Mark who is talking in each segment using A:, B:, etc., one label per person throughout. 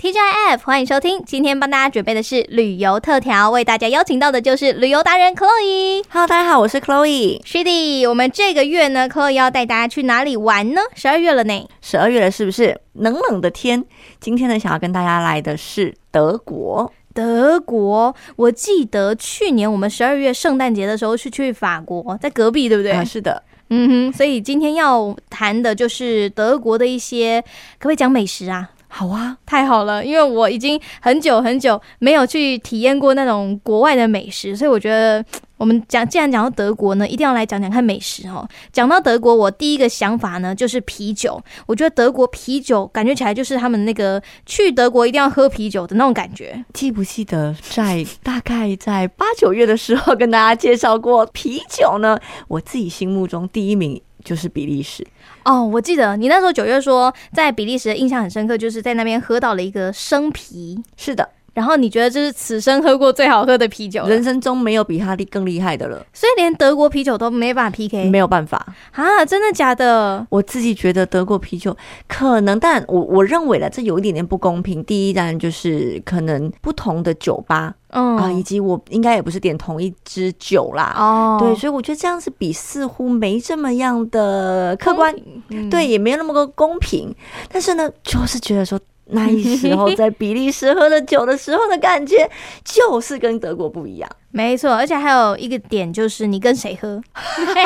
A: TGI F，欢迎收听。今天帮大家准备的是旅游特调，为大家邀请到的就是旅游达人 Chloe。
B: Hello，大家好，我是 Chloe。
A: s h i d y 我们这个月呢，Chloe 要带大家去哪里玩呢？十二月了呢，
B: 十二月了，是不是冷冷的天？今天呢，想要跟大家来的是德国。
A: 德国。我记得去年我们十二月圣诞节的时候是去法国，在隔壁，对不对？
B: 啊是的，
A: 嗯哼。所以今天要谈的就是德国的一些，可不可以讲美食啊？
B: 好啊，
A: 太好了，因为我已经很久很久没有去体验过那种国外的美食，所以我觉得我们讲既然讲到德国呢，一定要来讲讲看美食哦。讲到德国，我第一个想法呢就是啤酒，我觉得德国啤酒感觉起来就是他们那个去德国一定要喝啤酒的那种感觉。
B: 记不记得在大概在八九月的时候跟大家介绍过 啤酒呢？我自己心目中第一名就是比利时。
A: 哦，我记得你那时候九月说在比利时的印象很深刻，就是在那边喝到了一个生啤，
B: 是的，
A: 然后你觉得这是此生喝过最好喝的啤酒了
B: 人生中没有比他厉更厉害的了，
A: 所以连德国啤酒都没办法 PK
B: 没有办法。
A: 啊？真的假的？
B: 我自己觉得德国啤酒可能，但我我认为呢，这有一点点不公平。第一，当然就是可能不同的酒吧、
A: 嗯
B: 啊，以及我应该也不是点同一支酒啦。
A: 哦，
B: 对，所以我觉得这样子比似乎没这么样的客观，
A: 嗯
B: 对，，也没有那么个公平。但是呢，就是觉得说那 时候在比利时喝了酒的时候的感觉，就是跟德国不一样。
A: 没错，而且还有一个点就是你跟谁喝，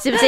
A: 是不是？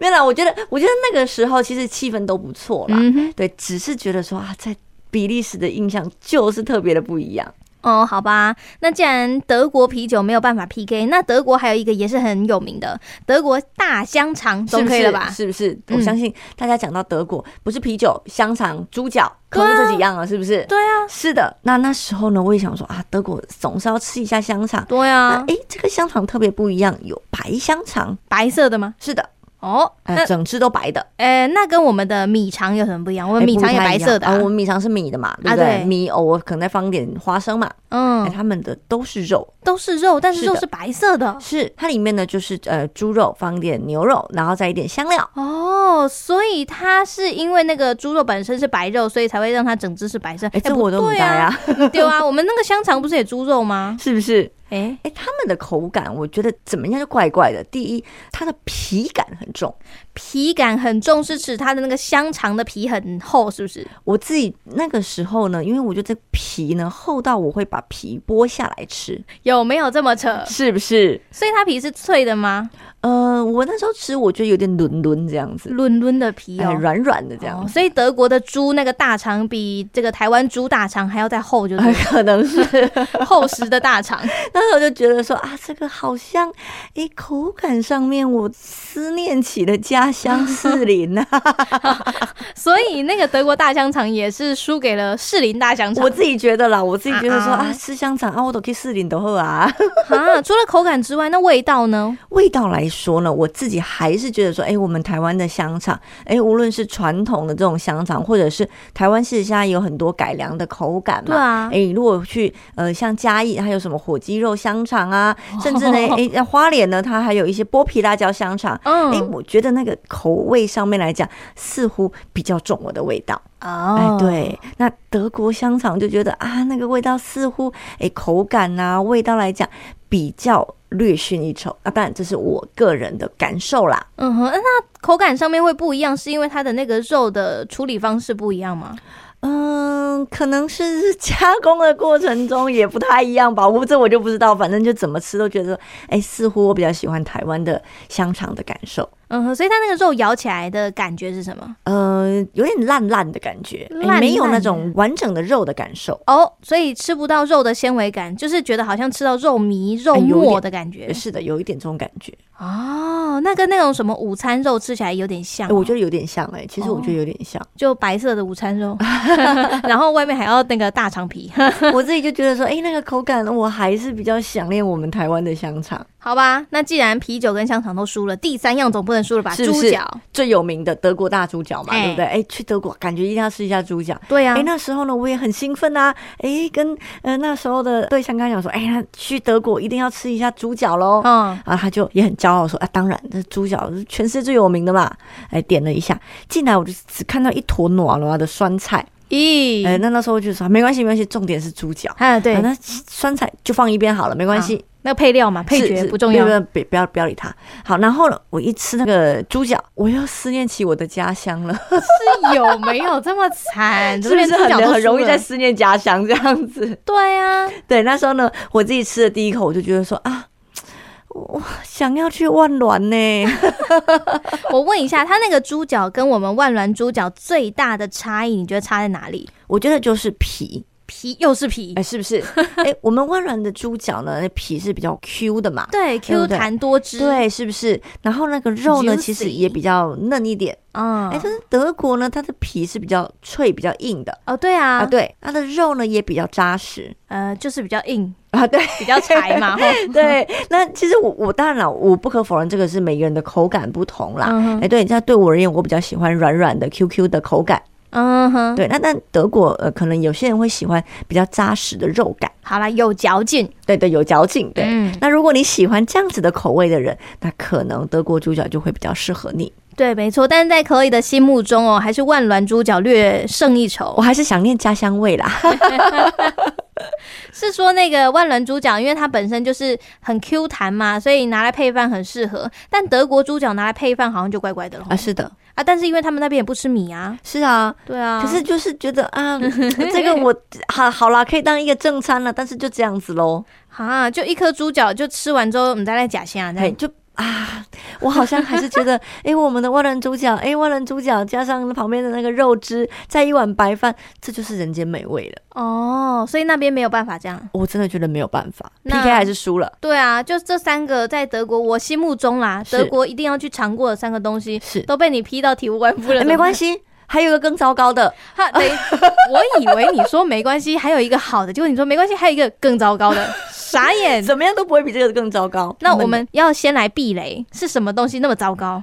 B: 没有啦，我觉得，我觉得那个时候其实气氛都不错啦。
A: 嗯哼，
B: 对，只是觉得说啊，在比利时的印象就是特别的不一样。
A: 哦，好吧，那既然德国啤酒没有办法 PK，那德国还有一个也是很有名的德国大香肠，
B: 是
A: 总
B: 不
A: 可以
B: 是
A: 了吧？
B: 是不是？
A: 嗯
B: 我相信大家讲到德国，不是啤酒、香肠、猪脚，
A: 对
B: 可
A: 啊
B: 能这几样了，是不是？
A: 对啊，
B: 是的。那那时候呢，我也想说啊，德国总是要吃一下香肠。
A: 对
B: 那
A: 啊，
B: 诶，这个香肠特别不一样，有白香肠。
A: 白色的吗？
B: 是的，
A: 哦，那
B: 呃，整只都白的。
A: 呃，那跟我们的米肠有什么不一样？我
B: 我
A: 们米肠也白色的啊、
B: 啊，我们米肠是米的嘛，对
A: 啊
B: 不
A: 对
B: 对？米偶尔可能再放点花生嘛。哎，
A: 嗯，
B: 他们的都是肉，
A: 都是肉，但是
B: 是的
A: 肉是白色的。
B: 是它里面呢就是呃猪肉放一点牛肉，然后再一点香料。
A: 哦，所以它是因为那个猪肉本身是白肉，所以才会让它整只是白色。
B: 哎，
A: 哎
B: 这我都
A: 不
B: 不
A: 对
B: 知
A: 啊
B: 呀，
A: 对啊，我们那个香肠不是也猪肉吗？
B: 是不是？
A: 哎、
B: 哎，他们的口感我觉得怎么样就怪怪的。第一，它的皮感很重，
A: 皮感很重，是指它的那个香肠的皮很厚，是不是？
B: 我自己那个时候呢，因为我觉得这皮呢厚到我会把皮剥下来吃，
A: 有没有这么扯？
B: 是不是？
A: 所以它皮是脆的吗？
B: 呃，我那时候吃我觉得有点轮轮这样子，
A: 嫩嫩的皮
B: 哎
A: 哦。
B: 软软的这样
A: 哦，
B: 子。
A: 所以德国的猪那个大肠比这个台湾猪大肠还要再厚，就
B: 呃
A: 是
B: 可能是
A: 厚实的大肠。
B: 那时候就觉得说啊，这个好像，哎，口感上面我思念起了家乡士林啊 呐、
A: 所以那个德国大香肠也是输给了士林大香肠。
B: 我自己觉得啦，我自己觉得说
A: 啊啊
B: 啊，吃香肠啊，我都去士林都喝啊。
A: 啊，除了口感之外，那味道 呢？
B: 味道来说呢，我自己还是觉得说，哎、我们台湾的香肠，哎、无论是传统的这种香肠，或者是台湾事实现在有很多改良的口感嘛。
A: 对啊
B: 哎、，如果去呃像嘉义，它有什么火鸡肉香肠啊，甚至呢，哎、花莲呢，它还有一些剥皮辣椒香肠。
A: 哦嗯，
B: 哎、我觉得那个口味上面来讲，似乎比较重我的味道。
A: 哦，
B: 哎，，对，那德国香肠就觉得啊，那个味道似乎，哎，口感啊，味道来讲比较略逊一筹啊。当然，这是我个人的感受啦。
A: 嗯哼，那它口感上面会不一样，是因为它的那个肉的处理方式不一样吗？
B: 嗯，可能是加工的过程中也不太一样吧，我这我就不知道。反正就怎么吃都觉得，哎，似乎我比较喜欢台湾的香肠的感受。
A: 嗯哼，所以它那个肉咬起来的感觉是什么？
B: 呃，有点烂烂的感觉，
A: 烂
B: 哎没有
A: 烂的
B: 那种完整的肉的感受。
A: 哦，所以吃不到肉的纤维感，就是觉得好像吃到肉糜、肉
B: 哎有
A: 末
B: 点
A: 的感觉。
B: 是的，有一点这种感觉，
A: 哦，那跟那种什么午餐肉吃起来有点像
B: 哎
A: 哦、
B: 我觉得有点像哎、其实我觉得有点像。
A: 就白色的午餐 肉， 然后外面还要那个大肠皮，
B: 我自己就觉得说，哎、那个口感我还是比较想念我们台湾的香肠，
A: 好吧？那既然啤酒跟香肠都输了，第三样总不能输了吧？
B: 是不
A: 猪
B: 是
A: 脚，
B: 最有名的德国大猪脚嘛，
A: 哎嗯
B: 对不对？哎、去德国感觉一定要吃一下猪脚。
A: 对呀、
B: 哎、那时候呢，我也很兴奋啊！哎、跟呃那时候的对象刚讲说，哎、那去德国一定要吃一下猪脚喽。
A: 嗯，
B: 然后他就也很骄傲说啊，当然，这猪脚是全世界最有名的嘛。哎，点了一下，进来我就只看到一坨暖暖的酸菜，
A: 咦，
B: 哎，那那时候我就说没关系，没关系，重点是猪脚。
A: 啊，嗯对啊
B: 啊，那酸菜就放一边好了，没关系。
A: 那个配料嘛，配角
B: 是是
A: 不重要
B: 不要不要不要不要理他。好，然后呢，我一吃那个猪脚，我又思念起我的家乡 了，
A: 是有没有这么惨？
B: 是不是
A: 这边猪脚都
B: 很很容易
A: 输了
B: 在思念家乡这样子？
A: 对啊，
B: 对，那时候呢，我自己吃的第一口，我就觉得说啊，我想要去万峦呢。
A: 我问一下，它那个猪脚跟我们万峦猪脚最大的差异，你觉得差在哪里？
B: 我觉得就是皮，
A: 皮又是皮
B: 哎、，是不是？ 哎、我们万峦的猪脚呢，那皮是比较 Q 的嘛，
A: 对
B: 对
A: ，Q
B: 不对
A: 弹多汁，，
B: 对，是不是？然后那个肉呢，
A: Juicy
B: 其实也比较嫩一点。
A: 嗯，
B: 哎、但是德国呢，它的皮是比较脆、比较硬的
A: 哦，对
B: 啊
A: 啊，
B: 对，它的肉呢也比较扎实
A: 呃，就是比较硬，
B: 啊，对。
A: 比较柴 嘛，吼，
B: 对，那其实我我当然了，我不可否认这个是每个人的口感不同啦。
A: 嗯
B: 哎、
A: 哼，
B: 对，那对我而言，我比较喜欢软软的 QQ 的口感。
A: 嗯哼，
B: 对，那但德国呃，可能有些人会喜欢比较扎实的肉感，
A: 好啦，有嚼劲，
B: 对对，有嚼劲。对，
A: 嗯，
B: 那如果你喜欢这样子的口味的人，那可能德国猪脚就会比较适合你。
A: 对，没错，但是在可以的心目中哦，还是万峦猪脚略胜一筹
B: 我。还是想念家乡味啦。
A: 是说那个万峦猪脚，因为它本身就是很 Q 弹嘛，所以拿来配饭很适合。但德国猪脚拿来配饭好像就怪怪的了吼
B: 啊，是的，
A: 啊！但是因为他们那边也不吃米啊，
B: 是啊。
A: 对啊，
B: 可是就是觉得 啊，这个我好好啦，可以当一个正餐了，但是就这样子喽。
A: 啊，就一颗猪脚就吃完之后，我们再来假虾，这
B: 哎，
A: 样
B: 就啊，我好像还是觉得，哎、我们的万能猪脚，哎、万能猪脚加上旁边的那个肉汁，再一碗白饭，这就是人间美味了。
A: 哦，所以那边没有办法这样。
B: 我真的觉得没有办法
A: 那
B: ，PK 还是输了。
A: 对啊，就这三个在德国，我心目中啦，
B: 是
A: 德国一定要去尝过的三个东西，
B: 是
A: 都被你批到体无完肤了。
B: 哎没关
A: 系，
B: 系，还有一个更糟糕的，
A: 哈，等一我以为你说没关系，还有一个好的，结果你说没关系，还有一个更糟糕 的，傻眼。
B: 怎么样都不会比这个更糟糕。
A: 哎那我们要先来避雷，是什么东西那么糟糕？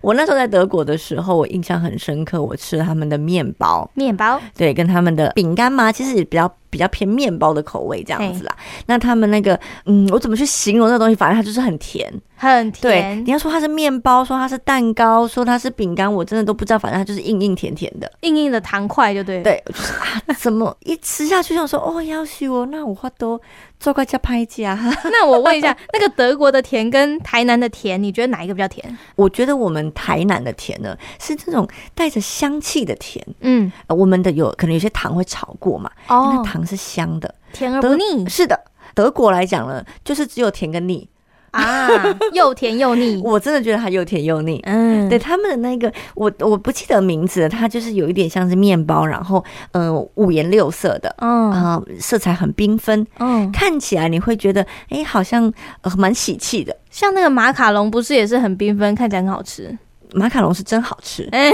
B: 我那时候在德国的时候，我印象很深刻，我吃了他们的 面包，
A: 面包，
B: 对，跟他们的饼干嘛，其实也比较比较偏面包的口味这样子啦。那他们那个，嗯，我怎么去形容这个东西？反正它就是很甜，
A: 很
B: 对，
A: 甜
B: 你，要说它是面包，说它是蛋糕，说它是饼干，我真的都不知道，反正它就是硬硬甜甜的。
A: 硬硬的糖块，就对了。
B: 对，我就是啊，怎么一吃下去想说，哦，要许我那我花多做个加拍家。
A: 那我问一下， 那个德国的甜跟台南的甜，你觉得哪一个比较甜？
B: 我觉得我们台南的甜呢，是这种带着香气的甜，
A: 嗯，
B: 呃我们的有可能有些糖会炒过嘛，那
A: 哦，
B: 糖是香的。
A: 甜而不腻
B: 是的，德国来讲呢，就是只有甜跟腻，
A: 啊，又甜又腻。
B: 我真的觉得它又甜又腻。
A: 嗯，
B: 对，他们的那个，我我不记得名字了，它就是有一点像是面包，然后嗯、呃五颜六色的，
A: 嗯
B: 啊、色彩很缤纷，
A: 嗯，
B: 看起来你会觉得哎，好像呃蛮喜气的。
A: 像那个马卡龙不是也是很缤纷，看起来很好 吃。
B: 马卡龙是真好吃，
A: 哎，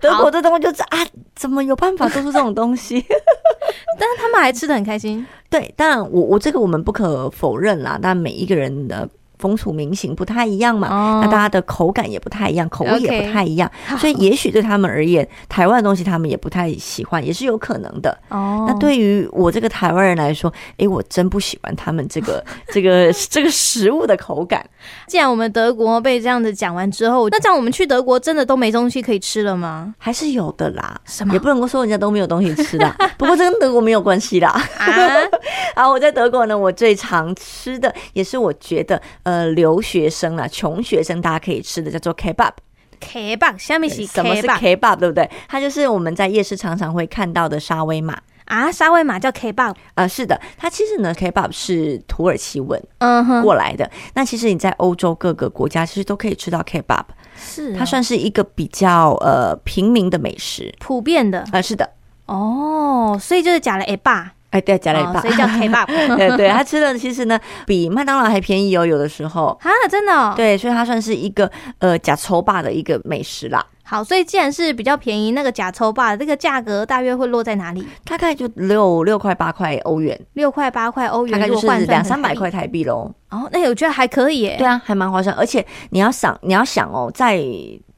B: 德国的东西就是啊，怎么有办法做出这种 东西？
A: 但是他们还吃的很开心。
B: 对，当然我我这个我们不可否认啦，但每一个人的风土民情不太一样嘛。
A: 哦
B: 那大家的口感也不太一样，口味也
A: OK
B: 不太一样所以也许对他们而言，台湾的东西他们也不太喜欢，也是有可能的。
A: 哦，
B: 那对于我这个台湾人来说，诶，我真不喜欢他们这个 这个这个食物的口感。
A: 既然我们德国被这样子讲完之后，那这样我们去德国真的都没东西可以吃了吗？
B: 还是有的啦，
A: 什么
B: 也不能够说人家都没有东西吃 啦。不过这跟德国没有关系啦。
A: 啊？
B: 啊，我在德国呢，我最常吃的也是我觉得呃，留学生啊，穷学生大家可以吃的叫做 kebab。
A: K 棒，下面是
B: 什么
A: K
B: 是
A: 棒
B: kebab？对不对？它就是我们在夜市常常会看到的沙威玛。
A: 啊？沙威玛叫 K 棒，
B: 呃，是的，它其实呢，kebab 是土耳其文
A: 嗯哼，
B: 过来的。那其实你在欧洲各个国家其实都可以吃到 kebab，
A: 是啊
B: 它算是一啊个比较呃平民的美食。
A: 普遍的
B: 呃，是的，
A: 哦，所以就是假了 A 棒，
B: 哎，对，加了一
A: 哦
B: 半
A: 所以叫 K 棒
B: 对对，它吃的其实呢比麦当劳还便宜哦，有的时候。
A: 啊，真的哦、
B: 对，所以它算是一个呃假丑霸的一个美食啦，
A: 好，所以既然是比较便宜，那个假抽吧，这个价格大约会落在哪里？
B: 大概就六六块八块欧元，
A: 六块八块欧
B: 大
A: 元，
B: 概
A: 如
B: 就
A: 果换
B: 是
A: 算
B: 两
A: 成
B: 三百
A: 台币
B: 块台币喽。
A: 哦，那我觉得还可以耶。
B: 对啊，还蛮划算。而且你要想，你要想哦，在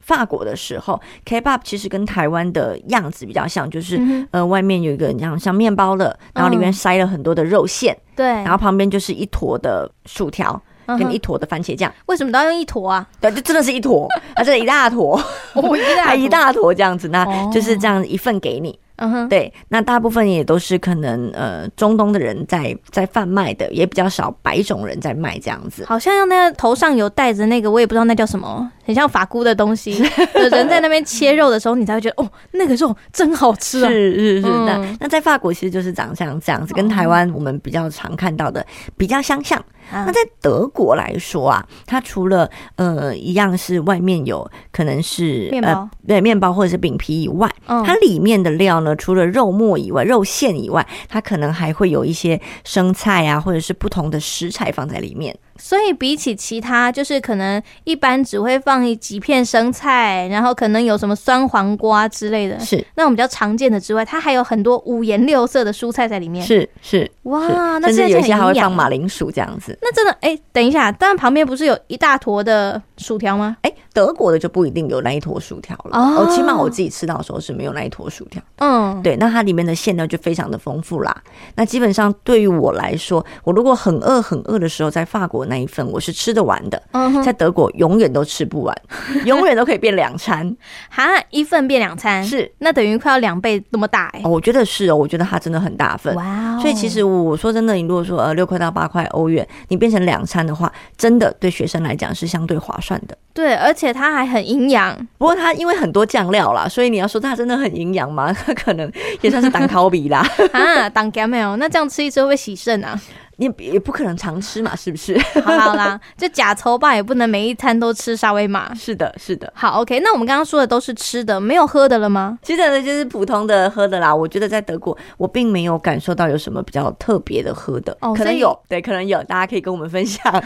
B: 法国的时候，K-pop 其实跟台湾的样子比较像，就是。
A: 嗯哼
B: 呃，外面有一个像像面包的，然后里面塞了很多的肉馅，
A: 对，
B: 然后旁边就是一坨的薯条，
A: 嗯
B: 跟
A: 哼
B: 一坨的番茄酱，
A: 为什么都要用一坨 啊？
B: 对，就真的是一坨，啊，这一大坨，
A: 我一大
B: 还哦一
A: 坨，
B: 大坨这样子，那
A: 哦
B: 就是这样一份给你。
A: 嗯哼，
B: 对，那大部分也都是可能呃中东的人在在贩卖的，也比较少白种人在卖这样子。
A: 好像那个头上有戴着那个，我也不知道那叫什么，很像法菇的东西。 有人在那边切肉的时候，你才会觉得哦，那个肉真好吃啊！
B: 是是是，那、
A: 嗯哦
B: 那在法国其实就是长相这样子，跟台湾我们比较常看到的比较相像。
A: 啊
B: 那在德国来说啊，它除了呃一样是外面有可能是
A: 面
B: 呃
A: 包
B: 对面包或者是饼皮以外，
A: 嗯
B: 它里面的料呢，除了肉末以外、肉馅以外，它可能还会有一些生菜啊，或者是不同的食材放在里面。
A: 所以比起其他，就是可能一般只会放几片生菜，然后可能有什么酸黄瓜之类的，
B: 是
A: 那种比较常见的之外，它还有很多五颜六色的蔬菜在里面。
B: 是是，
A: 哇，那
B: 甚至
A: 真
B: 有
A: 的
B: 一
A: 是
B: 些还
A: 很
B: 会
A: 营
B: 放
A: 养。
B: 马铃薯这样子。
A: 那真的，哎、等一下，但旁边不是有一大坨的薯条吗？
B: 哎，德国的就不一定有那一坨薯条了。
A: 哦
B: 哦，起码我自己吃到的时候是没有那一坨薯条。
A: 嗯，
B: 对，那它里面的馅料就非常的丰富啦。那基本上对于我来说，我如果很饿很饿的时候，在法国那一份我是吃得完的，
A: 嗯哼，
B: 在德国永远都吃不 完，永远都可以变两餐。
A: 哈，一份变两餐，
B: 是
A: 那等于快要两倍那么大哎、
B: 哦，我觉得是哦，我觉得它真的很大份。
A: 哇哦
B: 所以其实我说真的，你如果说呃六块到八块欧元，你变成两餐的话，真的对学生来讲是相对划算的。
A: 对，而且它还很营 养，
B: 不过它因为很多酱料啦，所以你要说它真的很营养吗？它 可能也算是当烤比啦，
A: 啊，当 g a m e 那这样吃一吃会不会洗肾 啊？
B: 你也不可能常吃嘛，是不是？
A: 好啦好啦，就假愁吧，也不能每一餐都吃沙威玛。
B: 是的，是的。
A: 好，OK，那我们刚刚说的都是吃的，没有喝的了吗？
B: 其实呢，就是普通的喝的啦。我觉得在德国，我并没有感受到有什么比较特别的喝的，
A: 哦
B: 可
A: 所
B: 能
A: 以
B: 有，对，可能有，大家可以跟我们分享。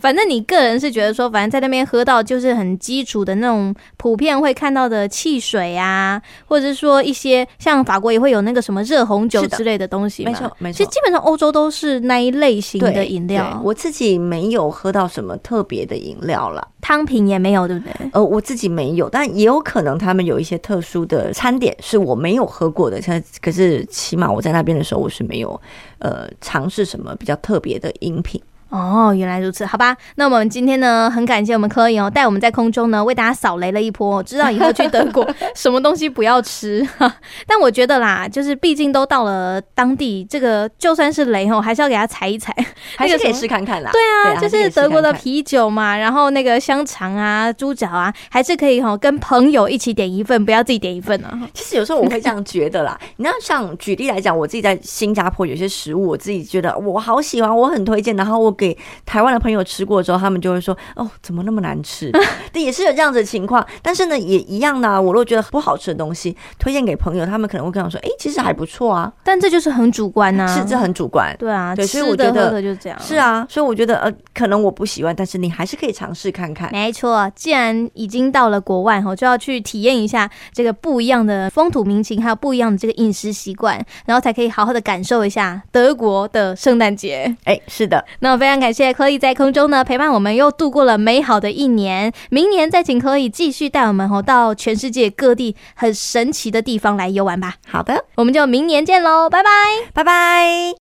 A: 反正你个人是觉得说，反正在那边喝到就是很基础的那种普遍会看到的汽水啊，或者是说一些像法国也会有那个什么热红酒
B: 是的
A: 之类的东西嘛。
B: 没 错，没
A: 其实
B: 错。
A: 基本上欧洲都是那一类型
B: 对
A: 的饮料
B: 对，我自己没有喝到什么特别的饮料啦。
A: 汤品也没有，对不对？
B: 呃，我自己没有，但也有可能他们有一些特殊的餐点是我没有喝过的。可可是起码我在那边的时候，我是没有呃尝试什么比较特别的饮品。
A: 哦，原来如此，好吧。那我们今天呢，很感谢我们柯颖哦，带我们在空中呢为大家扫雷了一波哦、知道以后去德国 什么东西不要吃。 但我觉得啦，就是毕竟都到了当地，这个就算是雷哦，还是要给它踩一踩。
B: 还是可
A: 什
B: 以
A: 么
B: 试看看啦。对啊
A: 就
B: 还可以
A: 是
B: 试
A: 德国的
B: 看看
A: 啤酒嘛，然后那个香肠啊、猪脚啊，还是可以哈、跟朋友一起点一份，不要自己点一份啊。
B: 其实有时候我会这样觉得啦。 你要像举例来讲，我自己在新加坡有些食物，我自己觉得哦我好喜欢，我很推荐。然后我给台湾的朋友吃过之后，他们就会说：“哦，怎么那么难吃？”对，也是有这样子的情况。但是呢，也一样的、啊，我如果觉得不好吃的东西，推荐给朋友，他们可能会跟我说：“哎、其实还不错啊。
A: 但这就是很主观呐、啊
B: 是这很主观。
A: 对啊，
B: 对所
A: 吃
B: 以
A: 的
B: 我觉得
A: 喝的就是这样。
B: 是啊，所以我觉得呃，可能我不喜欢，但是你还是可以尝试看看。
A: 没错，既然已经到了国外吼，就要去体验一下这个不一样的风土民情，还有不一样的这个饮食习惯，然后才可以好好的感受一下德国的圣诞节。
B: 哎、是的，
A: 那我非常感谢柯以在空中呢陪伴我们，又度过了美好的一年。明年再请柯以继续带我们吼到全世界各地很神奇的地方来游玩吧。
B: 好的，
A: 我们就明年见喽，拜拜。
B: 拜拜。